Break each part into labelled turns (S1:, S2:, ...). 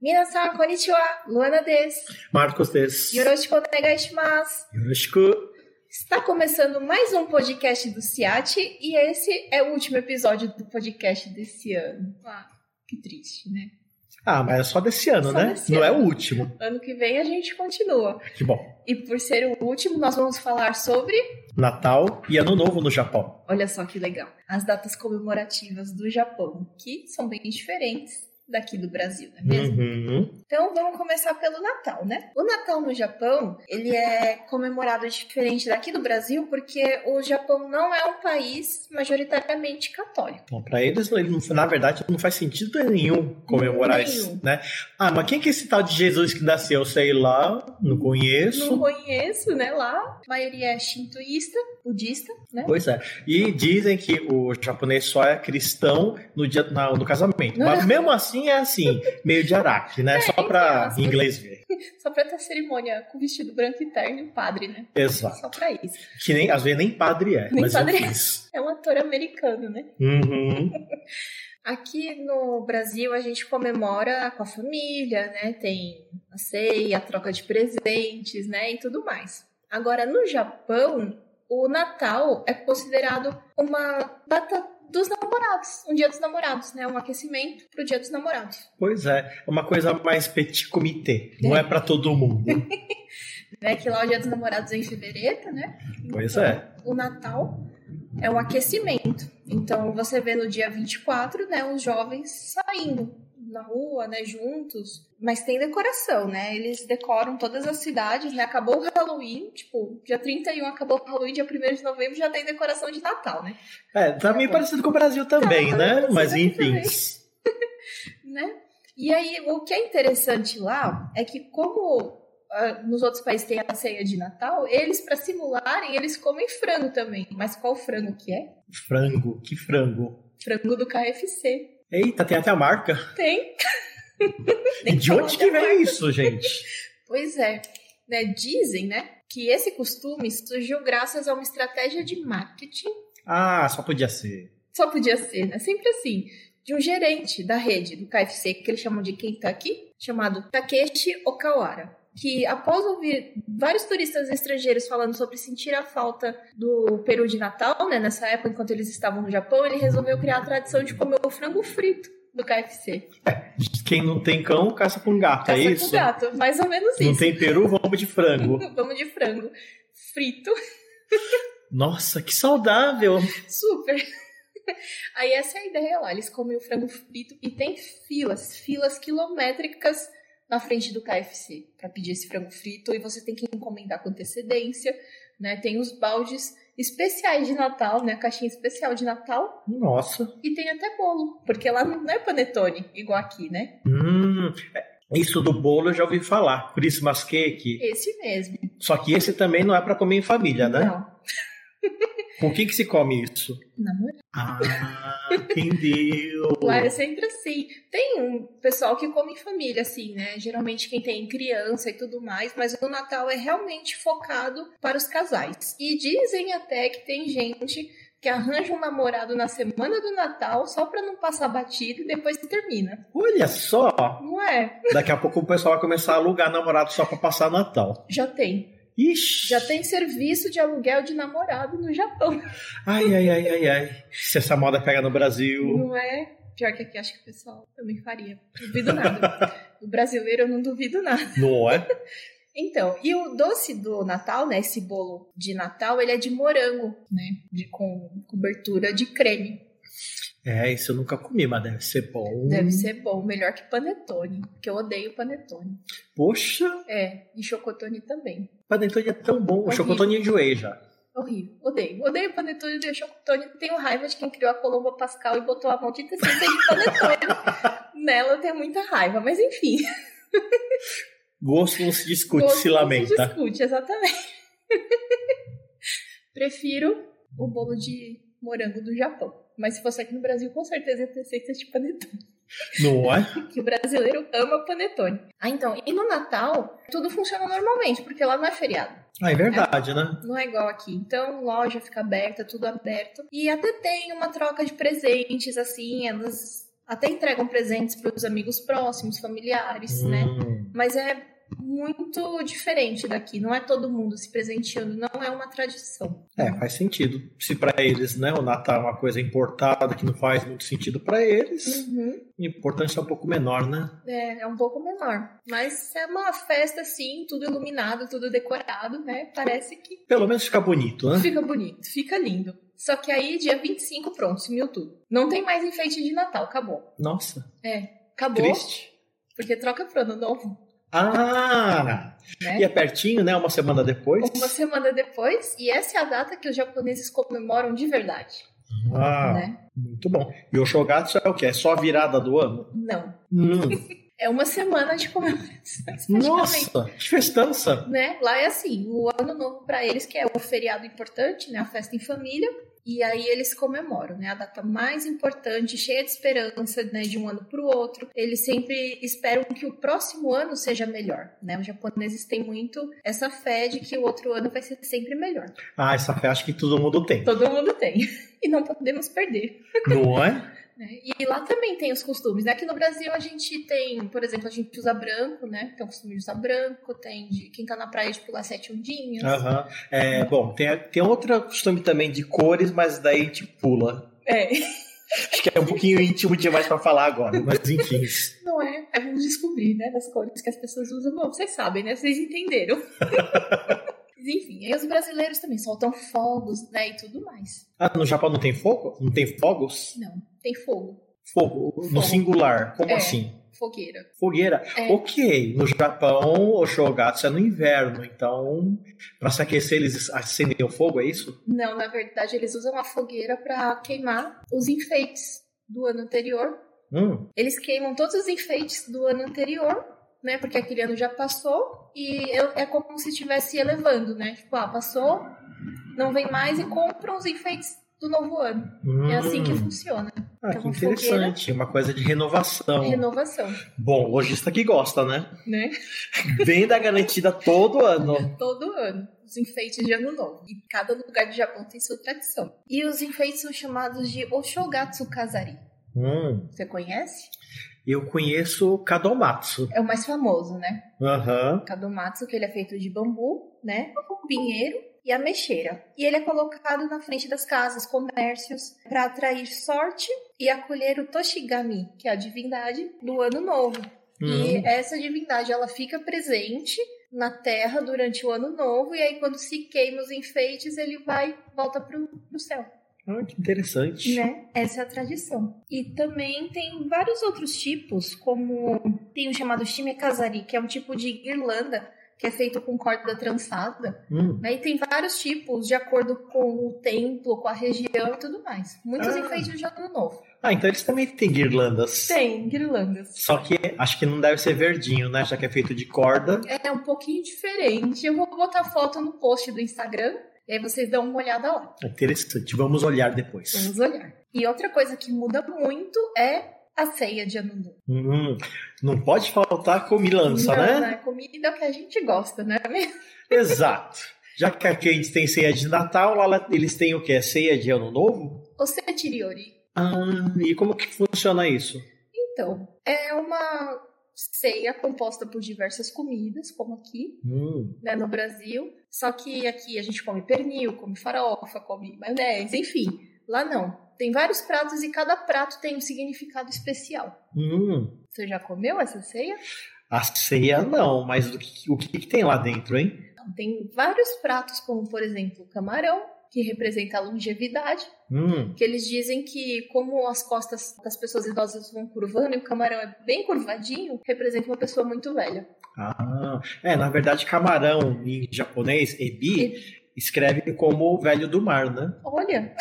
S1: Minasan, konnichiwa. Luana des.
S2: Marcos Des.
S1: Yoroshiku onegai shimasu.
S2: Yoroshiku.
S1: Está começando mais um podcast do CIAT e esse é o último episódio do podcast desse ano. Ah, que triste, né?
S2: Ah, mas é só desse
S1: Só
S2: ano, né?
S1: desse
S2: Não é
S1: ano.
S2: o último.
S1: Ano que vem a gente continua.
S2: Que bom.
S1: E por ser o último, nós vamos falar sobre.
S2: Natal e Ano Novo no Japão.
S1: Olha só que legal. As datas comemorativas do Japão, que são bem diferentes daqui do Brasil, não é mesmo?
S2: Uhum.
S1: Então vamos começar pelo Natal, né? O Natal no Japão, ele é comemorado diferente daqui do Brasil, porque o Japão não é um país majoritariamente católico.
S2: Então, pra eles, ele não- na verdade, não faz sentido nenhum comemorar
S1: Nenhum.
S2: isso, né? Ah, mas quem que é esse tal de Jesus que nasceu? Sei lá, não conheço.
S1: Não conheço, né? Lá, a maioria é shintoísta, budista, né?
S2: Pois é. E dizem que o japonês só é cristão no dia na- no casamento.
S1: Não,
S2: Mas
S1: não.
S2: mesmo assim é assim, meio de araque, né? Só pra
S1: então,
S2: inglês ver.
S1: Só pra ter cerimônia com vestido branco e terno e um padre, né?
S2: Exato.
S1: Só pra isso.
S2: Que nem, às vezes nem padre é,
S1: Nem
S2: mas
S1: padre é.
S2: eu fiz.
S1: É um ator americano, né?
S2: Uhum.
S1: Aqui no Brasil a gente comemora com a família, né? Tem a ceia, a troca de presentes, né? E tudo mais. Agora, no Japão, o Natal é considerado uma data dos namorados, um dia dos namorados, né? Um aquecimento pro dia dos namorados.
S2: Pois é, é uma coisa mais petit comité, não é pra todo mundo.
S1: Né? Que lá o dia dos namorados é em fevereiro, né?
S2: Pois é.
S1: o Natal é um aquecimento. Então você vê no dia 24, né, os jovens saindo na rua, né, juntos, mas tem decoração, né? Eles decoram todas as cidades, né? Acabou o Halloween, tipo, dia 31 acabou o Halloween, dia 1 de novembro já tem decoração de Natal, né?
S2: É, tá meio parecido com o Brasil também,
S1: Tá,
S2: né?
S1: parecido
S2: Mas
S1: aqui
S2: enfim.
S1: também. né? E aí, o que é interessante lá é que como ah, nos outros países tem a ceia de Natal, eles para simularem, eles comem frango também. Mas qual frango que é?
S2: Frango, que frango.
S1: Frango do KFC.
S2: Eita, tem até a marca.
S1: Tem. Nem
S2: de onde
S1: falar
S2: que
S1: da marca.
S2: vem isso, gente?
S1: Pois é. Né, dizem, né, que esse costume surgiu graças a uma estratégia de marketing.
S2: Ah, só podia ser.
S1: Só podia ser, né? Sempre assim. De um gerente da rede do KFC, que eles chamam de Kentucky, chamado Takeshi Okawara. Que após ouvir vários turistas estrangeiros falando sobre sentir a falta do peru de Natal, né? Nessa época, enquanto eles estavam no Japão, ele resolveu criar a tradição de comer o frango frito do KFC.
S2: Quem não tem cão, caça com gato,
S1: Caça
S2: é isso?
S1: com Tá gato, mais ou menos
S2: Não
S1: isso.
S2: tem peru, vamos de frango.
S1: Vamos de frango frito,
S2: Nossa, que saudável!
S1: super. Aí essa é a ideia lá, eles comem o frango frito e tem filas, filas quilométricas na frente do KFC para pedir esse frango frito e você tem que encomendar com antecedência, né? Tem os baldes especiais de Natal, né? A caixinha especial de Natal
S2: Nossa.
S1: e tem até bolo, porque lá não é panetone igual aqui, né?
S2: Hum, isso do bolo eu já ouvi falar. Christmas cake.
S1: Esse mesmo.
S2: Só que esse também não é pra comer em família, né?
S1: Não,
S2: Com quem que se come isso?
S1: não
S2: Ah, entendeu.
S1: Lá é sempre assim. Tem um pessoal que come em família, assim, né? Geralmente quem tem criança e tudo mais, mas o Natal é realmente focado para os casais. E dizem até que tem gente que arranja um namorado na semana do Natal só pra não passar batido e depois termina.
S2: Olha só,
S1: Não é?
S2: daqui a pouco o pessoal vai começar a alugar namorado só pra passar Natal.
S1: Já tem.
S2: Ixi.
S1: Já tem serviço de aluguel de namorado no Japão.
S2: Ai, ai, ai, ai, ai. Se essa moda pega no Brasil.
S1: Não é? Pior que aqui acho que o pessoal também faria. Duvido nada. o brasileiro eu não duvido nada.
S2: Não é?
S1: Então, e o doce do Natal, né? Esse bolo de Natal, ele é de morango, né? De, com cobertura de creme.
S2: É, isso eu nunca comi, mas deve ser bom.
S1: Deve ser bom, melhor que panetone, porque eu odeio panetone.
S2: Poxa,
S1: É, e chocotone também.
S2: panetone é tão bom. O
S1: Horrível.
S2: chocotone eu enjoei já.
S1: Horrível, odeio. Odeio panetone, odeio chocotone. Tenho raiva de quem criou a Colomba Pascal e botou a maldita essência de panetone nela. Eu tenho muita raiva, mas enfim.
S2: Gosto não se discute,
S1: Gosto
S2: se
S1: não
S2: lamenta.
S1: discute, exatamente. Prefiro o bolo de morango do Japão. Mas se fosse aqui no Brasil, com certeza ia ter receita de panetone.
S2: Não é?
S1: Que o brasileiro ama panetone. Ah, então, e no Natal, tudo funciona normalmente, porque lá não é feriado.
S2: Ah, é verdade, né?
S1: Não é igual aqui. Então, loja fica aberta, tudo aberto. E até tem uma troca de presentes, assim, elas até entregam presentes para os amigos próximos, familiares, né?
S2: Hum,
S1: Mas é muito diferente daqui. Não é todo mundo se presenteando, não é uma tradição.
S2: É, faz sentido. Se pra eles, né, o Natal é uma coisa importada que não faz muito sentido pra eles, a importância é um pouco menor, né?
S1: É, é um pouco menor. Mas é uma festa, assim, tudo iluminado, tudo decorado, né? Parece que
S2: Pelo menos fica bonito, né?
S1: fica bonito, fica lindo. Só que aí, dia 25, pronto, sumiu tudo. Não tem mais enfeite de Natal, acabou.
S2: Nossa,
S1: Acabou,
S2: triste.
S1: porque troca pro ano novo,
S2: Ah!
S1: né?
S2: E é pertinho, né? Uma semana depois.
S1: Uma semana depois, e essa é a data que os japoneses comemoram de verdade,
S2: Ah,
S1: né?
S2: muito bom. E o Shogatsu é o quê? É só a virada do ano?
S1: Não.
S2: Hum,
S1: É uma semana de comemoração, praticamente.
S2: nossa, que festança!
S1: né? Lá é assim, o ano novo pra eles, que é o feriado importante, né? A festa em família. E aí eles comemoram, né? A data mais importante, cheia de esperança, né? De um ano pro outro. Eles sempre esperam que o próximo ano seja melhor, né? Os japoneses têm muito essa fé de que o outro ano vai ser sempre melhor.
S2: Ah, essa fé acho que todo mundo tem,
S1: Todo mundo tem. E não podemos perder.
S2: não é?
S1: né? E lá também tem os costumes, né? Aqui no Brasil a gente tem, por exemplo, a gente usa branco, né? Tem o costume de usar branco, tem de quem tá na praia de pular sete ondinhas.
S2: Aham. É, bom, tem, tem outro costume também de cores, mas daí a gente pula.
S1: É.
S2: Acho que é um pouquinho íntimo demais pra falar agora, mas enfim.
S1: Não é, é vamos descobrir, né, das cores que as pessoas usam. Bom, vocês sabem, né? Vocês entenderam. Mas, Enfim, aí os brasileiros também soltam fogos, né, e tudo mais.
S2: Ah, no Japão não tem fogo? Não tem fogos?
S1: Não, tem fogo,
S2: Fogo, no
S1: Fogo.
S2: singular, como
S1: É.
S2: assim?
S1: fogueira.
S2: Fogueira.
S1: É.
S2: Ok, no Japão o Shogatsu é no inverno, então pra se aquecer eles acendem o fogo, é isso?
S1: Não, na verdade, eles usam a fogueira para queimar os enfeites do ano anterior.
S2: Hum,
S1: Eles queimam todos os enfeites do ano anterior, né, porque aquele ano já passou e é é como se estivesse elevando, né? Tipo, ah, passou, não vem mais e compram os enfeites do novo ano. É assim que
S2: hum.
S1: funciona.
S2: Ah, que
S1: Então,
S2: interessante. Uma coisa de renovação.
S1: Renovação,
S2: Bom, lojista que gosta, né?
S1: né?
S2: Venda é garantida todo ano.
S1: Todo ano. Os enfeites de ano novo. E cada lugar do Japão tem sua tradição. E os enfeites são chamados de Oshogatsu Kazari.
S2: Hum,
S1: Você conhece?
S2: eu conheço Kadomatsu.
S1: É o mais famoso, né?
S2: Aham.
S1: O Kadomatsu, que ele é feito de bambu, né? O pinheiro e a mexeira. E ele é colocado na frente das casas, comércios, para atrair sorte e acolher o Toshigami, que é a divindade do ano novo.
S2: Hum.
S1: E essa divindade, ela fica presente na Terra durante o ano novo, e aí quando se queima os enfeites, ele vai, volta pro, pro céu,
S2: Ah, que interessante.
S1: né? Essa é a tradição. E também tem vários outros tipos, como tem o chamado shimekazari, que é um tipo de guirlanda que é feito com corda trançada,
S2: Hum.
S1: né? E tem vários tipos, de acordo com o templo, com a região e tudo mais. Muitos
S2: Ah.
S1: enfeites de ano novo.
S2: Ah, então eles também têm guirlandas.
S1: Tem guirlandas.
S2: Só que acho que não deve ser verdinho, né? Já que é feito de corda.
S1: É um pouquinho diferente. Eu vou botar foto no post do Instagram. E aí vocês dão uma olhada lá.
S2: É Interessante. Vamos olhar depois.
S1: Vamos olhar. E outra coisa que muda muito é a ceia de ano novo.
S2: Hum. Não pode faltar comilança,
S1: Não,
S2: né?
S1: né? Comida é o que a gente gosta, né?
S2: Exato. Já que aqui a gente tem ceia de Natal, lá lá eles têm o quê? Ceia de Ano Novo?
S1: Você é tiriori.
S2: Ah, e como que funciona isso?
S1: Então, é uma ceia composta por diversas comidas, como aqui,
S2: Hum,
S1: né, no Brasil. Só que aqui a gente come pernil, come farofa, come maionese, enfim. Lá não. Tem vários pratos e cada prato tem um significado especial.
S2: hum.
S1: Você já comeu essa ceia?
S2: A ceia não, mas o que, o que que tem lá dentro, hein?
S1: Tem vários pratos, como por exemplo o camarão, que representa a longevidade,
S2: Hum,
S1: que eles dizem que como as costas das pessoas idosas vão curvando e o camarão é bem curvadinho, representa uma pessoa muito velha.
S2: ah, é, na verdade, camarão em japonês, ebi, escreve como o velho do mar, né?
S1: Olha,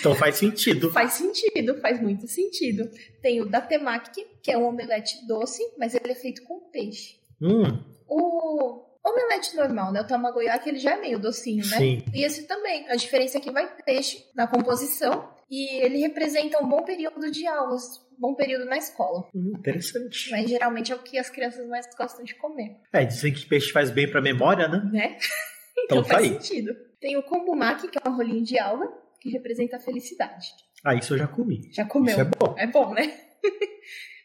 S2: Então faz sentido.
S1: faz sentido, faz muito sentido. Tem o datemaki, que é um omelete doce, mas ele é feito com peixe.
S2: Hum,
S1: O omelete normal, né, o tamagoyaki, ele já é meio docinho, né?
S2: sim.
S1: E esse também. A diferença é que vai peixe na composição e ele representa um bom período de aulas, bom período na escola.
S2: Hum, interessante.
S1: Mas geralmente é o que as crianças mais gostam de comer,
S2: É, dizem que peixe faz bem pra memória, né?
S1: né?
S2: Então, tá
S1: faz
S2: aí.
S1: sentido. Tem o kombumaki, que é um rolinho de alga, que representa a felicidade.
S2: Ah, isso eu já comi.
S1: Já comeu.
S2: Isso é bom.
S1: É bom, né?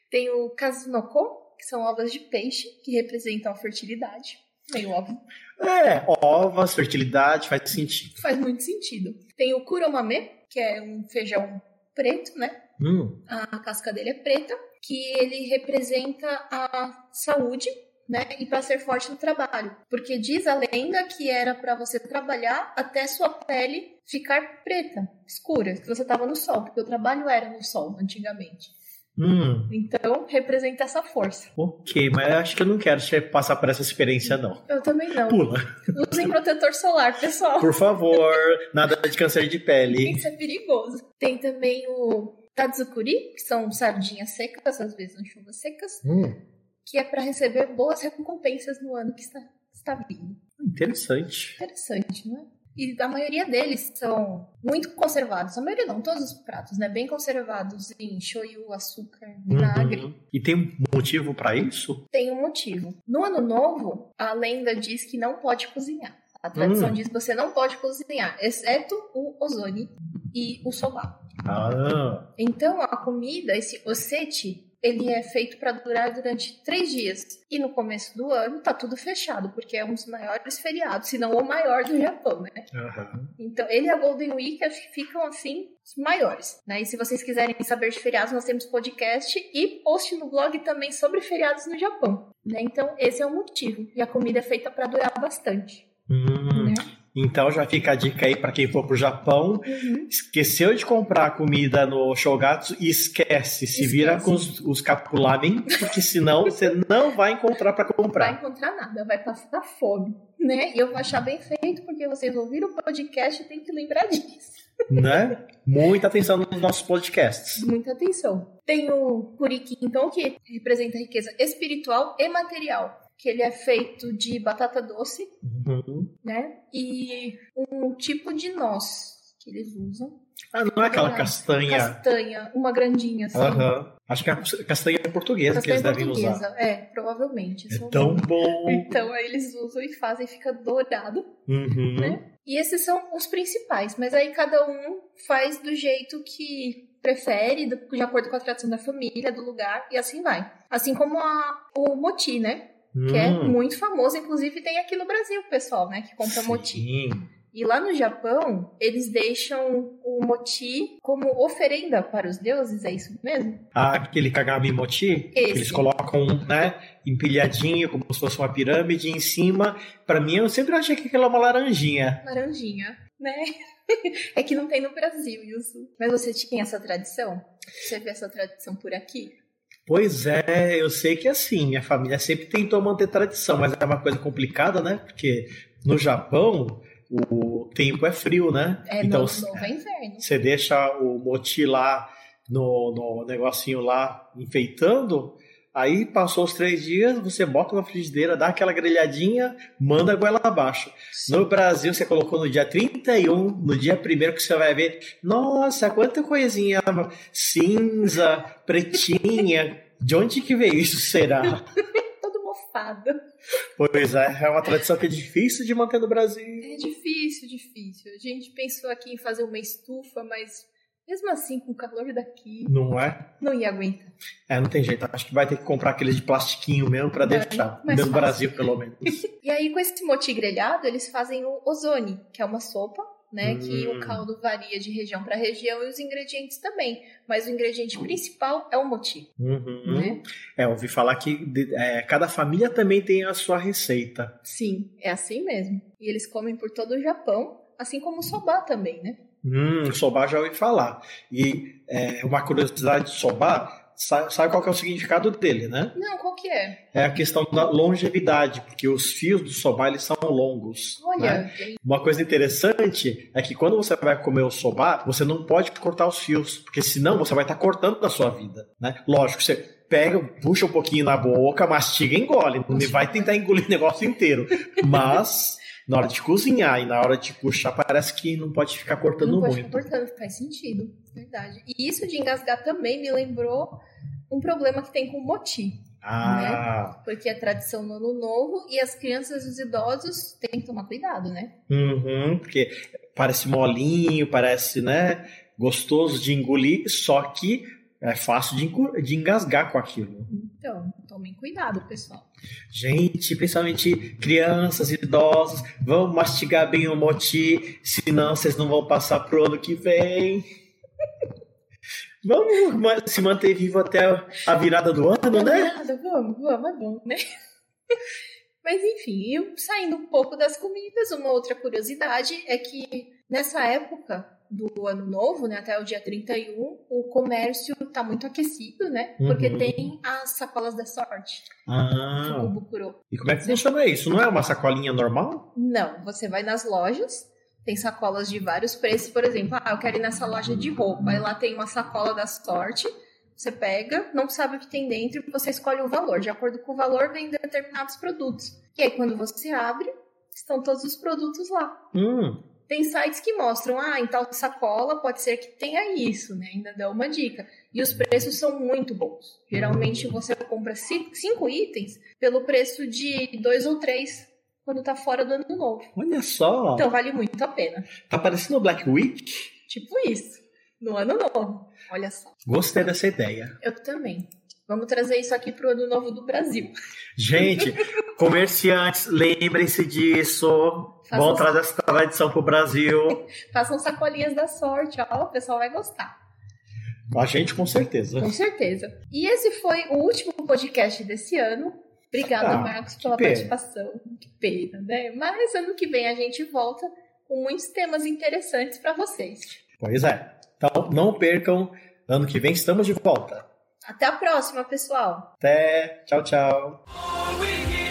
S1: Tem o Kazunoko, que são ovas de peixe, que representam a fertilidade. Meio óbvio.
S2: É, ovas, fertilidade, faz sentido.
S1: Faz muito sentido. Tem o Kuromame, que é um feijão preto, né?
S2: Hum,
S1: A casca dele é preta, que ele representa a saúde, né? E para ser forte no trabalho. Porque diz a lenda que era para você trabalhar até sua pele ficar preta, escura, que você tava no sol, porque o trabalho era no sol antigamente.
S2: hum.
S1: Então, representa essa força.
S2: Ok, mas acho que eu não quero che- passar por essa experiência, não.
S1: Eu também não.
S2: Pula,
S1: Usem protetor solar, pessoal.
S2: por favor. Nada de câncer de pele.
S1: Isso é perigoso. Tem também o Tadzukuri, que são sardinhas secas, às vezes anchovas secas,
S2: Hum,
S1: que é para receber boas recompensas no ano que está, está vindo.
S2: interessante.
S1: Interessante, não é? E a maioria deles são muito conservados. A maioria não, todos os pratos, né? Bem conservados em shoyu, açúcar, vinagre.
S2: Uhum. E tem um motivo pra isso?
S1: Tem um motivo. No ano novo, a lenda diz que não pode cozinhar. A tradição
S2: Hum.
S1: diz que você não pode cozinhar, exceto o ozone e o soba.
S2: Ah,
S1: Então, a comida, esse ossete, ele é feito para durar durante três dias. E no começo do ano tá tudo fechado, porque é um dos maiores feriados, se não o maior do Japão, né?
S2: aham.
S1: Então, ele e a Golden Week acho que ficam assim, os maiores, né? E se vocês quiserem saber de feriados, nós temos podcast e post no blog também sobre feriados no Japão, né? Então, esse é o motivo. E a comida é feita para durar bastante,
S2: Hum.
S1: né?
S2: Então já fica a dica aí pra quem for pro Japão.
S1: Uhum.
S2: Esqueceu de comprar comida no Shogatsu e esquece. Se
S1: Esquece.
S2: vira com os, os capulamen, porque senão você não vai encontrar pra
S1: vai
S2: comprar.
S1: encontrar nada, vai passar fome, né? E eu vou achar bem feito, porque vocês ouviram o podcast e tem que lembrar disso.
S2: Né? Muita atenção nos nossos podcasts.
S1: Muita atenção. Tem o Kuriki, então, que representa a riqueza espiritual e material, que ele é feito de batata doce,
S2: Uhum.
S1: né? E um tipo de noz que eles usam.
S2: Ah, não é aquela
S1: Verdade.
S2: castanha.
S1: Castanha, uma grandinha, assim.
S2: Aham. Acho que é a castanha portuguesa que
S1: Castanha
S2: eles devem usar.
S1: portuguesa, é, provavelmente.
S2: É
S1: são-
S2: tão bom.
S1: Então, aí eles usam e fazem, fica dourado.
S2: Uhum.
S1: Né? E esses são os principais, mas aí cada um faz do jeito que prefere, do- de acordo com a tradição da família, do lugar, e assim vai. Assim como a- o moti, né? Que é
S2: Hum.
S1: muito famoso, inclusive tem aqui no Brasil, pessoal, né? Que compra moti.
S2: Sim.
S1: E lá no Japão, eles deixam o moti como oferenda para os deuses, é isso mesmo?
S2: Ah, aquele kagami mochi, que
S1: Esse.
S2: eles colocam, né, empilhadinho, como se fosse uma pirâmide em cima. Pra mim, eu sempre achei que aquilo é uma laranjinha.
S1: Laranjinha, né? é que não tem no Brasil isso. Mas você tinha essa tradição? Você vê essa tradição por aqui?
S2: Pois é, eu sei que assim, minha família sempre tentou manter tradição, mas é uma coisa complicada, né? Porque no Japão, o tempo é frio, né?
S1: É,
S2: então,
S1: novo, novo é inverno.
S2: você deixa o moti lá no, no negocinho lá enfeitando. Aí passou os três dias, você bota na frigideira, dá aquela grelhadinha, manda a goela abaixo. No Brasil, você colocou no dia 31, no dia 1 que você vai ver, nossa, quanta coisinha cinza, pretinha. De onde que veio isso, será?
S1: todo mofado.
S2: Pois é, é uma tradição que é difícil de manter no Brasil.
S1: É difícil, difícil. A gente pensou aqui em fazer uma estufa, mas mesmo assim, com o calor daqui,
S2: Não é?
S1: não ia aguentar.
S2: É, não tem jeito. Acho que vai ter que comprar aqueles de plastiquinho mesmo pra deixar.
S1: mais
S2: No
S1: fácil.
S2: Brasil, pelo menos.
S1: E aí, com esse moti grelhado, eles fazem o ozone, que é uma sopa, né?
S2: Hum.
S1: Que o caldo varia de região para região e os ingredientes também. Mas o ingrediente principal é o moti,
S2: Uhum.
S1: né?
S2: É, eu ouvi falar que de- é, cada família também tem a sua receita.
S1: Sim, é assim mesmo. E eles comem por todo o Japão, assim como o soba também, né?
S2: Hum, soba já ouvi falar. E é, uma curiosidade de soba, sa- sabe qual que é o significado dele, né?
S1: Não, qual que é?
S2: É a questão da longevidade, porque os fios do soba eles são longos. né?
S1: Olha, é gente,
S2: Uma coisa interessante é que quando você vai comer o soba, você não pode cortar os fios, porque senão você vai estar cortando da sua vida, né? Lógico, você pega, puxa um pouquinho na boca, mastiga e engole. Não vai tentar engolir o negócio inteiro. Mas, na hora de cozinhar e na hora de puxar, parece que não pode ficar cortando
S1: não pode ficar
S2: muito.
S1: cortando, faz sentido, verdade. E isso de engasgar também me lembrou um problema que tem com o moti,
S2: Ah,
S1: porque é tradição no ano novo e as crianças e os idosos têm que tomar cuidado, né?
S2: uhum, porque parece molinho, parece, né? gostoso de engolir, só que é fácil de, de engasgar com aquilo.
S1: Então, tomem cuidado, pessoal.
S2: Gente, principalmente crianças, idosos, vão mastigar bem o moti, senão vocês não vão passar pro ano que vem. Vamos ma- se manter vivo até a virada do ano, né?
S1: Nada, vamos, vamos, é bom, né? Mas enfim, eu, saindo um pouco das comidas, uma outra curiosidade é que nessa época do ano novo, né, até o dia 31, o comércio tá muito aquecido, né? Porque
S2: Uhum.
S1: tem as sacolas da sorte, o
S2: Ah,
S1: Bucurô.
S2: e como é que funciona isso? Não é uma sacolinha normal?
S1: Não, você vai nas lojas, tem sacolas de vários preços, por exemplo, ah, eu quero ir nessa loja de roupa, e lá tem uma sacola da sorte, você pega, não sabe o que tem dentro, e você escolhe o valor. De acordo com o valor, vem determinados produtos. E aí, quando você abre, estão todos os produtos lá.
S2: Hum,
S1: Tem sites que mostram, ah, em tal sacola pode ser que tenha isso, né? Ainda dá uma dica. E os preços são muito bons. Geralmente você compra ci- cinco itens pelo preço de dois ou três quando tá fora do ano novo.
S2: olha só.
S1: Então vale muito a pena.
S2: Tá parecendo o Black Week?
S1: Tipo isso. No ano novo. Olha só.
S2: Gostei dessa ideia.
S1: Eu também. Vamos trazer isso aqui pro ano novo do Brasil.
S2: Gente, comerciantes, lembrem-se disso.
S1: Façam-
S2: Vão trazer essa tradição pro Brasil.
S1: Façam sacolinhas da sorte, ó. O pessoal vai gostar.
S2: A gente com certeza.
S1: Com certeza. E esse foi o último podcast desse ano. Obrigada,
S2: Ah,
S1: Marcos, pela
S2: pena.
S1: participação. Que pena, né? Mas ano que vem a gente volta com muitos temas interessantes para vocês.
S2: Pois é. Então, não percam. Ano que vem estamos de volta.
S1: Até a próxima, pessoal!
S2: Até. Tchau, tchau.
S3: All we need